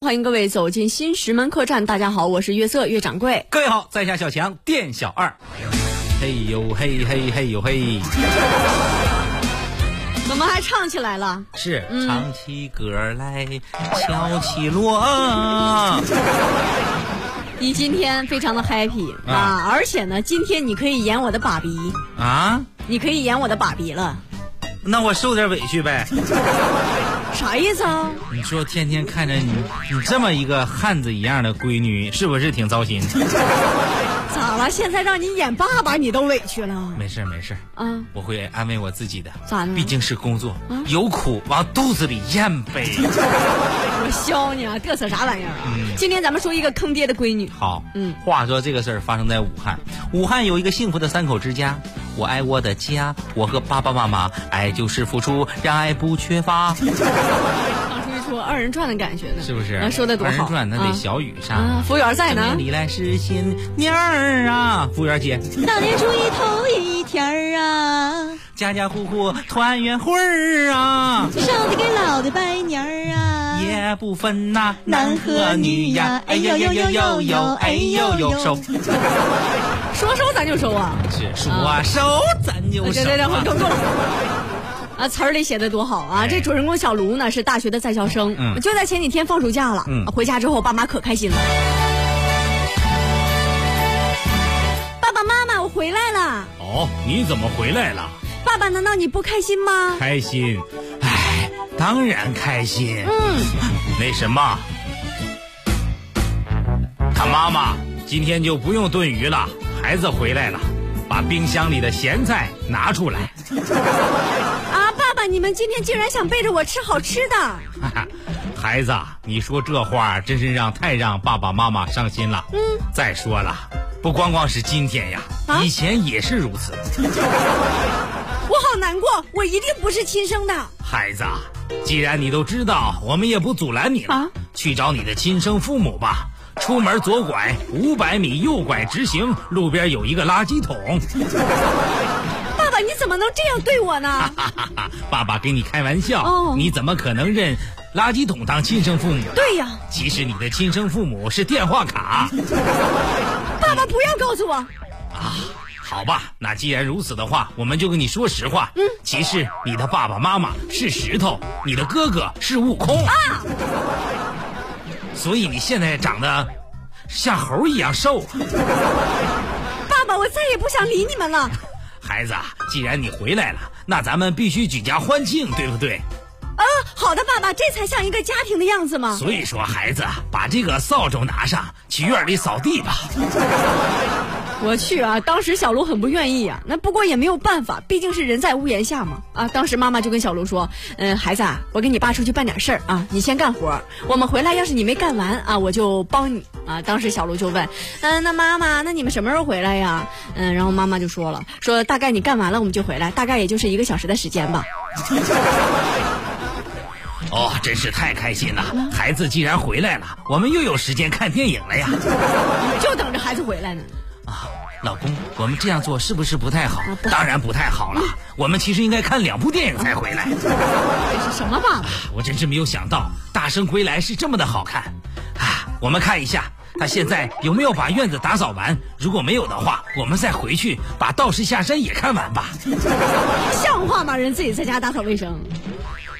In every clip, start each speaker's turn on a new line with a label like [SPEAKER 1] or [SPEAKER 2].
[SPEAKER 1] 欢迎各位走进新石门客栈。大家好，我是月色月掌柜。
[SPEAKER 2] 各位好，在下小强，店小二。嘿呦嘿嘿嘿呦嘿，
[SPEAKER 1] 怎么还唱起来了？
[SPEAKER 2] 是唱起歌来敲起啊锣。
[SPEAKER 1] 你今天非常的 happy 啊
[SPEAKER 2] 啊
[SPEAKER 1] 而且呢，今天你可以演我的爸比，
[SPEAKER 2] 啊，
[SPEAKER 1] 你可以演我的爸比了，
[SPEAKER 2] 那我受点委屈呗。
[SPEAKER 1] 啥意思啊？
[SPEAKER 2] 你说天天看着你，你这么一个汉子一样的闺女，是不是挺糟心？
[SPEAKER 1] 咋了？现在让你演爸爸，你都委屈了
[SPEAKER 2] 没事儿没事儿，
[SPEAKER 1] 啊？
[SPEAKER 2] 我会安慰我自己的。
[SPEAKER 1] 咋了
[SPEAKER 2] 毕竟是工作，有苦往肚子里咽呗。
[SPEAKER 1] 我削你啊！嘚瑟啥玩意儿啊？
[SPEAKER 2] 嗯
[SPEAKER 1] 今天咱们说一个坑爹的闺女，
[SPEAKER 2] 好，
[SPEAKER 1] 嗯
[SPEAKER 2] 话说这个事儿发生在武汉，武汉有一个幸福的三口之家。我爱我的家，我和爸爸妈妈，爱就是付出，让爱不缺乏，
[SPEAKER 1] 唱出啊一出二人转的感觉呢，
[SPEAKER 2] 啊是不是？
[SPEAKER 1] 啊说的多
[SPEAKER 2] 二
[SPEAKER 1] 好
[SPEAKER 2] 人转那得
[SPEAKER 1] 啊
[SPEAKER 2] 小雨上，
[SPEAKER 1] 啊服务员在呢
[SPEAKER 2] 正年里来是新妮儿啊，服务员姐，
[SPEAKER 1] 大年初一头一天儿啊，
[SPEAKER 2] 家家户户团圆会儿啊，
[SPEAKER 1] 上的给老的拜年儿啊
[SPEAKER 2] 也不分呐、
[SPEAKER 1] 男
[SPEAKER 2] 男
[SPEAKER 1] 和
[SPEAKER 2] 和
[SPEAKER 1] 女
[SPEAKER 2] 女
[SPEAKER 1] 呀
[SPEAKER 2] 呀，哎呦呦呦呦呦，哎呦呦收，
[SPEAKER 1] 说收咱就收啊！
[SPEAKER 2] 是数啊收，咱就
[SPEAKER 1] 对
[SPEAKER 2] 收
[SPEAKER 1] 对对，
[SPEAKER 2] 啊
[SPEAKER 1] 够。够够。啊，词儿里写的多好啊！
[SPEAKER 2] 哎
[SPEAKER 1] 这主人公小卢呢是大学的在校生，
[SPEAKER 2] 嗯
[SPEAKER 1] 就在前几天放暑假了，啊
[SPEAKER 2] 嗯
[SPEAKER 1] 回家之后爸妈可开心了。爸爸妈妈，我回来了。
[SPEAKER 2] 哦，你怎么回来了？
[SPEAKER 1] 爸爸，难道你不开心吗？
[SPEAKER 2] 开心，哎，当然开心。
[SPEAKER 1] 嗯，
[SPEAKER 2] 那什么，他妈妈今天就不用炖鱼了，孩子回来了，把冰箱里的咸菜拿出来。
[SPEAKER 1] 啊，爸爸，你们今天竟然想背着我吃好吃的？
[SPEAKER 2] 哈哈，孩子啊，你说这话真是让太让爸爸妈妈伤心了。嗯，再说了，不光光是今天呀，
[SPEAKER 1] 啊
[SPEAKER 2] 以前也是如此。
[SPEAKER 1] 我好难过，我一定不是亲生的。
[SPEAKER 2] 孩子啊，既然你都知道，我们也不阻拦你了，
[SPEAKER 1] 啊
[SPEAKER 2] 去找你的亲生父母吧。出门左拐五百米，右拐直行，路边有一个垃圾桶。
[SPEAKER 1] 爸爸，你怎么能这样对我呢？
[SPEAKER 2] 哈哈哈，爸爸跟你开玩笑，
[SPEAKER 1] 哦
[SPEAKER 2] 你怎么可能认垃圾桶当亲生父母？
[SPEAKER 1] 对呀，
[SPEAKER 2] 即使你的亲生父母是电话卡。
[SPEAKER 1] 爸爸不要告诉我。
[SPEAKER 2] 好吧，那既然如此的话，我们就跟你说实话。嗯，其实你的爸爸妈妈是石头，你的哥哥是悟空啊。所以你现在长得像猴一样瘦啊，
[SPEAKER 1] 爸爸，我再也不想理你们了。
[SPEAKER 2] 孩子啊。既然你回来了，那咱们必须举家欢庆，对不对？
[SPEAKER 1] 啊，好的，爸爸，这才像一个家庭的样子嘛。
[SPEAKER 2] 所以说，孩子啊，把这个扫帚拿上，去院里扫地吧。
[SPEAKER 1] 我去啊！当时小卢很不愿意啊，那不过也没有办法，毕竟是人在屋檐下嘛。啊，当时妈妈就跟小卢说：“嗯，孩子啊，我跟你爸出去办点事儿啊，你先干活儿，我们回来要是你没干完啊，我就帮你啊。”当时小卢就问：“嗯，那妈妈，那你们什么时候回来呀？”嗯，然后妈妈就说了：“说大概你干完了我们就回来，大概也就是一个小时的时间吧。”
[SPEAKER 2] 哦，真是太开心了！孩子既然回来了，我们又有时间看电影了呀。
[SPEAKER 1] 就等着孩子回来呢。
[SPEAKER 2] 啊，老公，我们这样做是不是不太好
[SPEAKER 1] 啊？不
[SPEAKER 2] 当然不太好了。我们其实应该看两部电影才回 来。
[SPEAKER 1] 这是什么爸爸？
[SPEAKER 2] 我真是没有想到《大圣归来》是这么的好看啊！我们看一下他现在有没有把院子打扫完，如果没有的话，我们再回去把《道士下山》也看完吧。
[SPEAKER 1] 像话吗？人自己在家打扫卫生，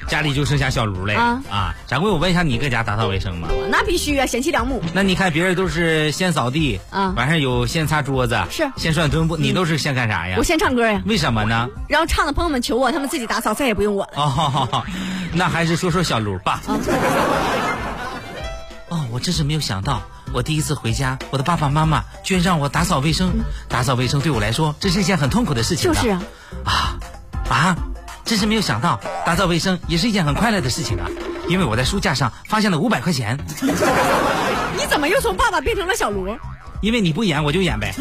[SPEAKER 2] 家里就剩下小卢了
[SPEAKER 1] 啊
[SPEAKER 2] 啊！掌柜，我问一下，你搁家打扫卫生吗？
[SPEAKER 1] 那必须啊，贤妻良母。
[SPEAKER 2] 那你看别人都是先扫地
[SPEAKER 1] 啊
[SPEAKER 2] 完事儿有先擦桌子，
[SPEAKER 1] 是嗯
[SPEAKER 2] 先涮墩布，你都是先干啥呀
[SPEAKER 1] 我？先唱歌呀，
[SPEAKER 2] 为什么呢？
[SPEAKER 1] 然后唱的朋友们求我，他们自己打扫，再也不用我了。
[SPEAKER 2] 哦，那还是说说小卢吧。
[SPEAKER 1] 啊
[SPEAKER 2] 哦，我真是没有想到，我第一次回家，我的爸爸妈妈居然让我打扫卫生。打扫卫生对我来说，这是一件很痛苦的事情。
[SPEAKER 1] 嗯就是啊，
[SPEAKER 2] 啊啊，真是没有想到，打扫卫生也是一件很快乐的事情啊！因为我在书架上发现了五百块钱，
[SPEAKER 1] 你怎么又从爸爸变成了小卢？
[SPEAKER 2] 因为你不演我就演呗。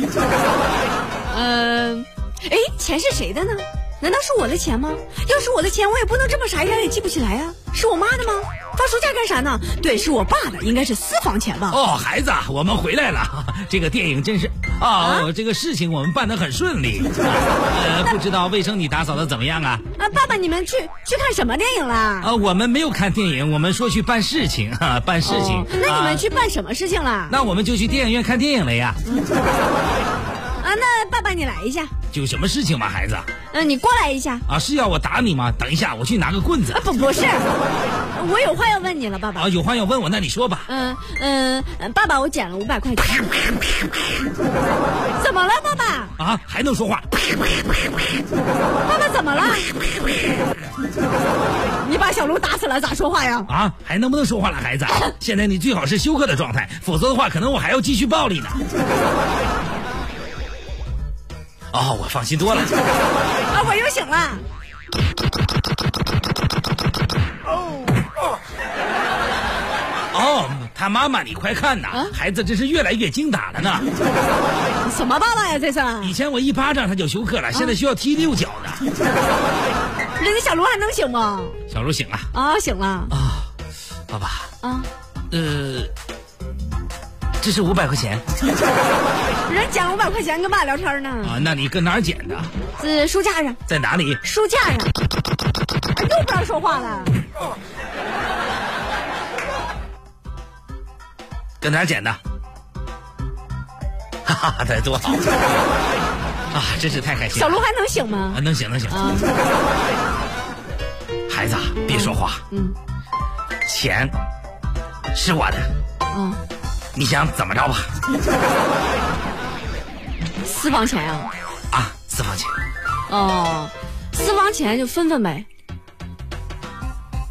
[SPEAKER 1] 嗯、哎，钱是谁的呢？难道是我的钱吗？要是我的钱，我也不能这么傻一点也记不起来啊。是我妈的吗？放暑假干啥呢？
[SPEAKER 2] 哦
[SPEAKER 1] 对，是我爸的，应该是私房钱吧？
[SPEAKER 2] 哦，孩子，我们回来了，这个电影真是啊、哦，这个事情我们办得很顺利。呃，不知道卫生你打扫的怎么样啊？
[SPEAKER 1] 啊，爸爸，你们去去看什么电影啦？
[SPEAKER 2] 啊，我们没有看电影，我们说去办事情， 哈，办事情。
[SPEAKER 1] 哦那你
[SPEAKER 2] 啊
[SPEAKER 1] 们去办什么事情啦？
[SPEAKER 2] 那我们就去电影院看电影了呀。
[SPEAKER 1] 啊，那爸爸你来一下，
[SPEAKER 2] 有什么事情吗，孩子？
[SPEAKER 1] 嗯、你过来一下。
[SPEAKER 2] 啊，是要我打你吗？等一下，我去拿个棍子
[SPEAKER 1] 啊。，不不是，我有话要问你了，爸爸。
[SPEAKER 2] 啊，有话要问我，那你说吧。
[SPEAKER 1] 嗯嗯、呃爸爸，我捡了五百块钱。 怎么了，爸爸？
[SPEAKER 2] 啊，还能说话？
[SPEAKER 1] 爸爸怎么了？你把小卢打死了，咋说话呀？
[SPEAKER 2] 啊，还能不能说话了，孩子？现在你最好是休克的状态，否则的话，可能我还要继续暴力呢。哦，我放心多了。
[SPEAKER 1] 啊，我又醒了。
[SPEAKER 2] 哦，他妈妈，你快看
[SPEAKER 1] 啊
[SPEAKER 2] 呐，孩子真是越来越精打了呢。
[SPEAKER 1] 什么爸爸呀？这是
[SPEAKER 2] 以前我一巴掌他就休克了，现在需要踢六脚呢。
[SPEAKER 1] 人家小卢还能醒吗？
[SPEAKER 2] 小茹醒了，
[SPEAKER 1] 啊，醒了
[SPEAKER 2] 爸爸，
[SPEAKER 1] 啊！
[SPEAKER 2] 呃，这是五百块钱
[SPEAKER 1] 人捡了五百块钱跟爸聊天呢，
[SPEAKER 2] 啊，那你搁哪儿捡的？
[SPEAKER 1] 这书架上，
[SPEAKER 2] 在哪里？
[SPEAKER 1] 书架上，哎又不让说话了。
[SPEAKER 2] 搁哪儿捡的？哈哈，这多好啊！真是太开心
[SPEAKER 1] 小
[SPEAKER 2] 了。
[SPEAKER 1] 卢还能醒吗
[SPEAKER 2] 啊，？能行能行。
[SPEAKER 1] 啊，
[SPEAKER 2] 孩子啊，别说话，
[SPEAKER 1] 嗯，
[SPEAKER 2] 钱是我的，
[SPEAKER 1] 啊，
[SPEAKER 2] 你想怎么着吧？
[SPEAKER 1] 私房钱啊。
[SPEAKER 2] 啊，私房钱，
[SPEAKER 1] 哦，私房钱就分分呗。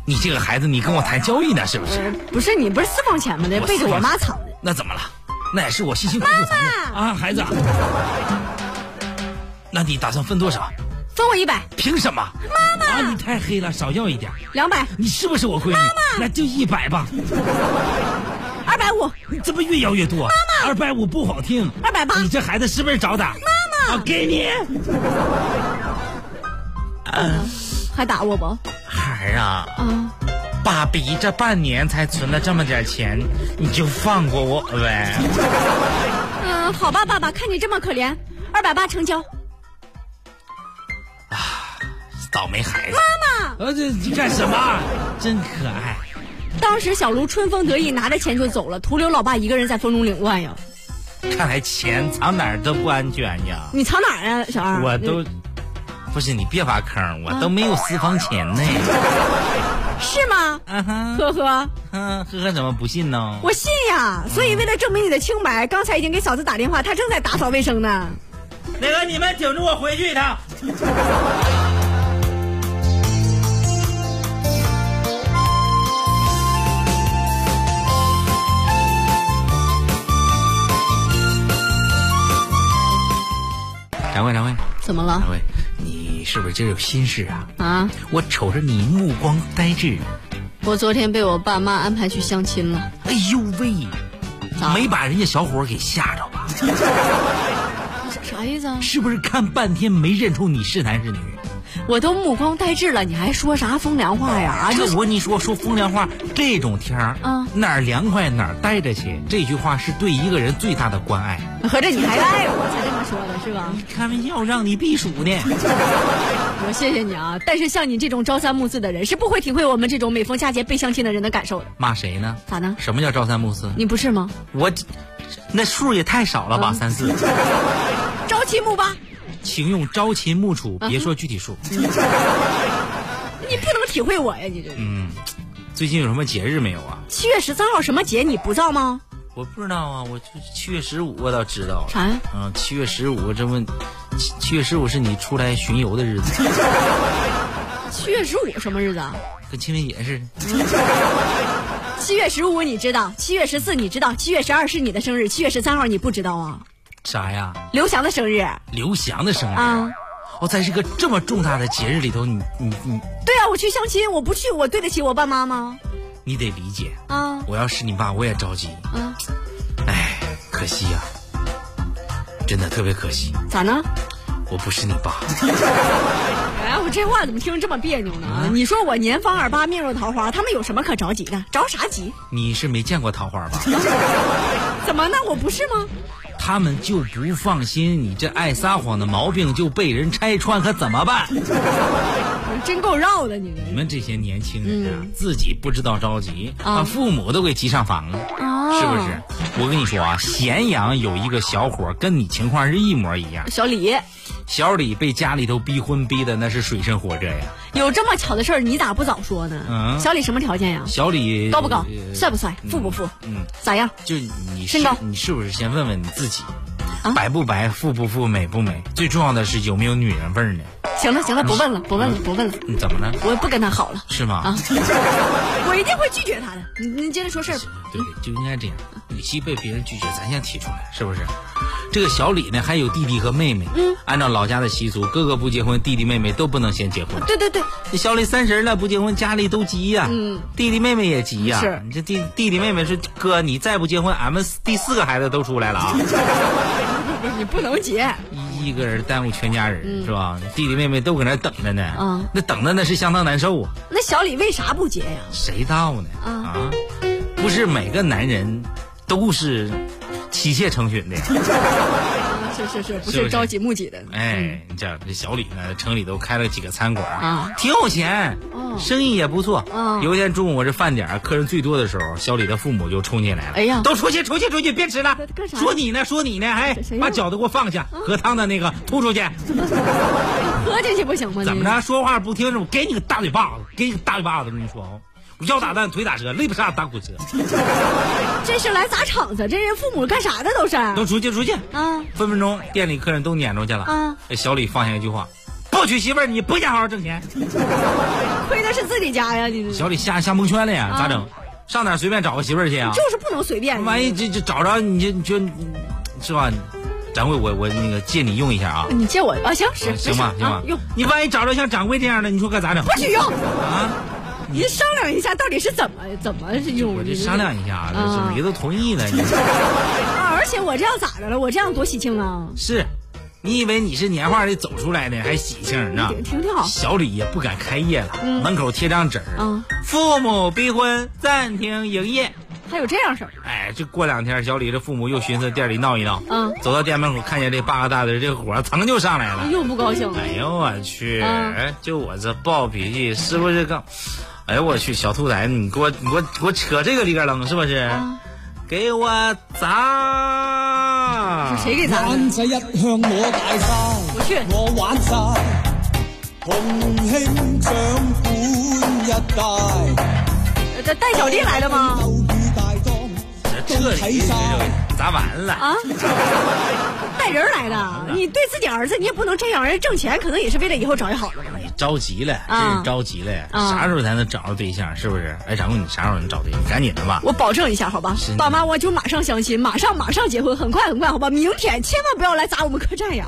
[SPEAKER 2] 你这个孩子，你跟我谈交易呢，是不是？
[SPEAKER 1] 呃，不是你不是私房钱吗？那
[SPEAKER 2] 我
[SPEAKER 1] 背着我
[SPEAKER 2] 私房
[SPEAKER 1] 妈
[SPEAKER 2] 钱
[SPEAKER 1] 藏的。
[SPEAKER 2] 那怎么了？那也是我辛辛苦苦攒的
[SPEAKER 1] 妈妈
[SPEAKER 2] 啊，孩子啊。那你打算分多少？
[SPEAKER 1] 分我一百，
[SPEAKER 2] 凭什么？妈妈啊，你太黑了，少要一点。
[SPEAKER 1] 两百，
[SPEAKER 2] 你是不是我闺女？那就一百吧。
[SPEAKER 1] 二百五，
[SPEAKER 2] 你怎么越要越多？妈妈，二百五不好听，
[SPEAKER 1] 280
[SPEAKER 2] 你这孩子是不是找打？妈妈，我给你。
[SPEAKER 1] 还打我不？
[SPEAKER 2] 孩儿啊，
[SPEAKER 1] 啊，
[SPEAKER 2] 爸比这半年才存了这么点钱，你就放过我呗。
[SPEAKER 1] 嗯、好吧，爸爸，看你这么可怜，二百八成交。
[SPEAKER 2] 倒霉孩子，妈妈，呃，这你干什么？真可爱。
[SPEAKER 1] 当时小卢春风得意，拿着钱就走了，徒留老爸一个人在风中哎凌乱呀。
[SPEAKER 2] 看来钱藏哪儿都不安全呀。
[SPEAKER 1] 你藏哪儿啊，小二？
[SPEAKER 2] 我都不是你别挖坑，我都没有私房钱呢。
[SPEAKER 1] 是吗？
[SPEAKER 2] 啊哈，
[SPEAKER 1] 呵呵，
[SPEAKER 2] 嗯，呵呵，怎么不信呢？
[SPEAKER 1] 我信呀。所以为了证明你的清白，刚才已经给嫂子打电话，她正在打扫卫生呢。
[SPEAKER 2] 那个，你们顶着我回去一趟。掌柜，掌柜，
[SPEAKER 1] 怎么了
[SPEAKER 2] 掌？柜，你是不是今儿有心事啊？
[SPEAKER 1] 啊，
[SPEAKER 2] 我瞅着你目光呆滞，
[SPEAKER 1] 我昨天被我爸妈安排去相亲了。
[SPEAKER 2] 哎呦喂，
[SPEAKER 1] 咋
[SPEAKER 2] 没把人家小伙儿给吓着吧？
[SPEAKER 1] 啥意思啊？
[SPEAKER 2] 是不是看半天没认出你是男是女？
[SPEAKER 1] 我都目光呆滞了，你还说啥风凉话呀？ 啊，
[SPEAKER 2] 这
[SPEAKER 1] 就是
[SPEAKER 2] 哎我跟你说，说风凉话，这种天儿，
[SPEAKER 1] 嗯
[SPEAKER 2] 哪儿凉快哪儿待着去。这句话是对一个人最大的关爱。
[SPEAKER 1] 合着你还爱我才这么说的是吧？
[SPEAKER 2] 开玩笑，让你避暑呢。
[SPEAKER 1] 我谢谢你啊，但是像你这种朝三暮四的人是不会体会我们这种每逢佳节被相亲的人的感受的。
[SPEAKER 2] 骂谁呢？
[SPEAKER 1] 咋呢？
[SPEAKER 2] 什么叫朝三暮四？
[SPEAKER 1] 你不是吗？
[SPEAKER 2] 我那数也太少了吧，
[SPEAKER 1] 嗯
[SPEAKER 2] 三四。
[SPEAKER 1] 朝七暮八，
[SPEAKER 2] 请用朝秦暮楚，
[SPEAKER 1] 嗯
[SPEAKER 2] 别说具体数。
[SPEAKER 1] 你不能体会我呀！你这
[SPEAKER 2] 嗯，最近有什么节日没有啊？
[SPEAKER 1] 七月十三号什么节你不知道吗？
[SPEAKER 2] 我不知道啊，我就七月十五我倒知道了。
[SPEAKER 1] 啥呀？
[SPEAKER 2] 嗯，七月十五这不，七七月十五是你出来巡游的日子，
[SPEAKER 1] 七月十五什么日子？啊？
[SPEAKER 2] 跟清明节似的。
[SPEAKER 1] 七月十五你知道，七月十四你知道，七月十二是你的生日，七月十三号你不知道啊？
[SPEAKER 2] 啥呀？
[SPEAKER 1] 刘翔的生日啊？
[SPEAKER 2] 刘翔的生日。哦，在这个这么重大的节日里头，你你你
[SPEAKER 1] 对啊，我去相亲，我不去，我对得起我爸妈吗？
[SPEAKER 2] 你得理解，
[SPEAKER 1] 啊
[SPEAKER 2] 我要是你爸，我也着急。
[SPEAKER 1] 啊，
[SPEAKER 2] 哎，可惜呀、真的特别可惜，
[SPEAKER 1] 咋呢？
[SPEAKER 2] 我不是你爸。
[SPEAKER 1] 哎，我这话怎么听着这么别扭呢？啊你说我年方二八，面若桃花，他们有什么可着急的？着啥急？
[SPEAKER 2] 你是没见过桃花吧？
[SPEAKER 1] 怎么呢？我不是吗？
[SPEAKER 2] 他们就不放心你这爱撒谎的毛病就被人拆穿，可怎么办？
[SPEAKER 1] 真够绕的你
[SPEAKER 2] 你
[SPEAKER 1] 这。
[SPEAKER 2] 们这些年轻人啊，
[SPEAKER 1] 嗯
[SPEAKER 2] 自己不知道着急，
[SPEAKER 1] 啊
[SPEAKER 2] 把父母都给急上房了，
[SPEAKER 1] 哦
[SPEAKER 2] 是不是？我跟你说啊，咸阳有一个小伙儿跟你情况是一模一样，
[SPEAKER 1] 小李，
[SPEAKER 2] 小李被家里头逼婚逼的那是水深火热呀。
[SPEAKER 1] 有这么巧的事儿，你咋不早说呢？
[SPEAKER 2] 嗯
[SPEAKER 1] 小李什么条件呀？
[SPEAKER 2] 小李
[SPEAKER 1] 高不高？
[SPEAKER 2] 呃
[SPEAKER 1] 帅不帅？富不富？
[SPEAKER 2] 嗯，
[SPEAKER 1] 咋样？
[SPEAKER 2] 就你
[SPEAKER 1] 身
[SPEAKER 2] 是
[SPEAKER 1] 高
[SPEAKER 2] 你是不是先问问你自己
[SPEAKER 1] 啊，
[SPEAKER 2] 白不白，富不富，美不美？最重要的是有没有女人味儿呢？
[SPEAKER 1] 行了行
[SPEAKER 2] 嗯
[SPEAKER 1] 了，不问了不问了不问了，
[SPEAKER 2] 你怎么了？
[SPEAKER 1] 我不跟他好了
[SPEAKER 2] 是吗？
[SPEAKER 1] 啊！我一定会拒绝他的。你你接着说事儿吧。
[SPEAKER 2] 对，就应该这样。与其被别人拒绝，咱先提出来，是不是？这个小李呢，还有弟弟和妹妹。嗯，按照老家的习俗，哥哥不结婚，弟弟妹妹都不能先结婚。
[SPEAKER 1] 对对对，
[SPEAKER 2] 这小李三十了不结婚，家里都急呀、
[SPEAKER 1] 嗯，
[SPEAKER 2] 弟弟妹妹也急呀、
[SPEAKER 1] 是
[SPEAKER 2] 你这弟弟弟妹妹说：“哥，你再不结婚，俺们第四个孩子都出来了啊！”
[SPEAKER 1] 不是你不能结。
[SPEAKER 2] 一一个人耽误全家人、是吧？弟弟妹妹都搁那等着呢。
[SPEAKER 1] 嗯
[SPEAKER 2] 那等着那是相当难受啊。
[SPEAKER 1] 那小李为啥不结呀？
[SPEAKER 2] 谁到呢？
[SPEAKER 1] 啊
[SPEAKER 2] 啊，不是每个男人都是妻妾成群的呀。
[SPEAKER 1] 啊是是是，不
[SPEAKER 2] 是不
[SPEAKER 1] 是
[SPEAKER 2] 是
[SPEAKER 1] 着急木急的。
[SPEAKER 2] 哎，你这这小李呢，城里都开了几个餐馆
[SPEAKER 1] 啊
[SPEAKER 2] 挺有钱，
[SPEAKER 1] 哦
[SPEAKER 2] 生意也不错。
[SPEAKER 1] 嗯
[SPEAKER 2] 有一天中午这饭点儿客人最多的时候，小李的父母就冲进来了。
[SPEAKER 1] 哎呀
[SPEAKER 2] 都出去，出去，出去，别吃了
[SPEAKER 1] 干。啥
[SPEAKER 2] 说你呢，说你呢，哎
[SPEAKER 1] 谁谁，
[SPEAKER 2] 把
[SPEAKER 1] 呀
[SPEAKER 2] 饺子给我放下，喝汤的那个吐出去。
[SPEAKER 1] 喝进去不行吗？
[SPEAKER 2] 哎怎么
[SPEAKER 1] 你？
[SPEAKER 2] 着？说话不听着，我给你个大嘴巴子，给你个大嘴巴子！我跟你说啊，我腰打蛋，腿打折，肋不上打骨折。
[SPEAKER 1] 这是来砸场子，这人父母干啥的都是。
[SPEAKER 2] 都出去，出去。
[SPEAKER 1] 啊，
[SPEAKER 2] 分分钟店里客人都撵出去了。
[SPEAKER 1] 啊
[SPEAKER 2] 这小李放下一句话：“不娶媳妇儿，你不想好好挣钱。”
[SPEAKER 1] 亏的是自己家呀，你这
[SPEAKER 2] 小李吓吓蒙圈了呀，
[SPEAKER 1] 啊
[SPEAKER 2] 咋整？上哪儿随便找个媳妇儿去啊？
[SPEAKER 1] 就是不能随便。
[SPEAKER 2] 万一这这找着你就你就，是吧？掌柜，我我那个借你用一下啊，
[SPEAKER 1] 你借我啊，行是
[SPEAKER 2] 行吧
[SPEAKER 1] 没事
[SPEAKER 2] 行
[SPEAKER 1] 啊
[SPEAKER 2] 吧
[SPEAKER 1] 用。
[SPEAKER 2] 你万一找着像掌柜这样的，你说可咋整
[SPEAKER 1] 不许用。
[SPEAKER 2] 啊？
[SPEAKER 1] 您商量一下，到底是怎么怎么是用？
[SPEAKER 2] 我这商量一下，这
[SPEAKER 1] 啊
[SPEAKER 2] 这你都同意了，你
[SPEAKER 1] 啊！而且我这样咋的了？我这样多喜庆啊！
[SPEAKER 2] 是，你以为你是年画里走出来的，还喜庆呢？
[SPEAKER 1] 挺挺好。
[SPEAKER 2] 小李也不敢开业了，门口贴张纸儿，
[SPEAKER 1] 嗯
[SPEAKER 2] 父母逼婚暂停营业。
[SPEAKER 1] 还有这样事儿，
[SPEAKER 2] 哎，这过两天小李这父母又寻思店里闹一闹，
[SPEAKER 1] 嗯
[SPEAKER 2] 走到店门口看见这八个大的这火腾就上来了。
[SPEAKER 1] 又不高兴了
[SPEAKER 2] 哎。呦我去！
[SPEAKER 1] 嗯
[SPEAKER 2] 哎，就我这暴脾气，是不是刚？哎呦我去，小兔崽子，你给我你给我给我扯这个里个楞是不是？
[SPEAKER 1] 啊
[SPEAKER 2] 给我砸！
[SPEAKER 1] 谁给咱
[SPEAKER 3] 灣
[SPEAKER 1] 的？
[SPEAKER 3] 仔一向我大
[SPEAKER 1] 我去
[SPEAKER 3] 晒，我玩晒，洪興長官一帶，
[SPEAKER 1] 这带小弟来的吗？
[SPEAKER 3] 鬥魚大當
[SPEAKER 2] 这
[SPEAKER 3] 都
[SPEAKER 2] 这
[SPEAKER 3] 睇
[SPEAKER 2] 里
[SPEAKER 3] 晒，
[SPEAKER 2] 就砸完了。
[SPEAKER 1] 啊，带人来的，你对自己儿子你也不能这样，人家挣钱可能也是为了以后找一好的嘛。
[SPEAKER 2] 着急了，真
[SPEAKER 1] 啊
[SPEAKER 2] 是着急了，
[SPEAKER 1] 啊
[SPEAKER 2] 啥时候才能找着对象？是不是？哎，掌柜，你啥时候能找对象？赶紧的吧。
[SPEAKER 1] 我保证一下，好吧
[SPEAKER 2] 是，
[SPEAKER 1] 爸妈，我就马上相亲，马上马上结婚，很快很快，好吧？明天千万不要来砸我们客栈呀！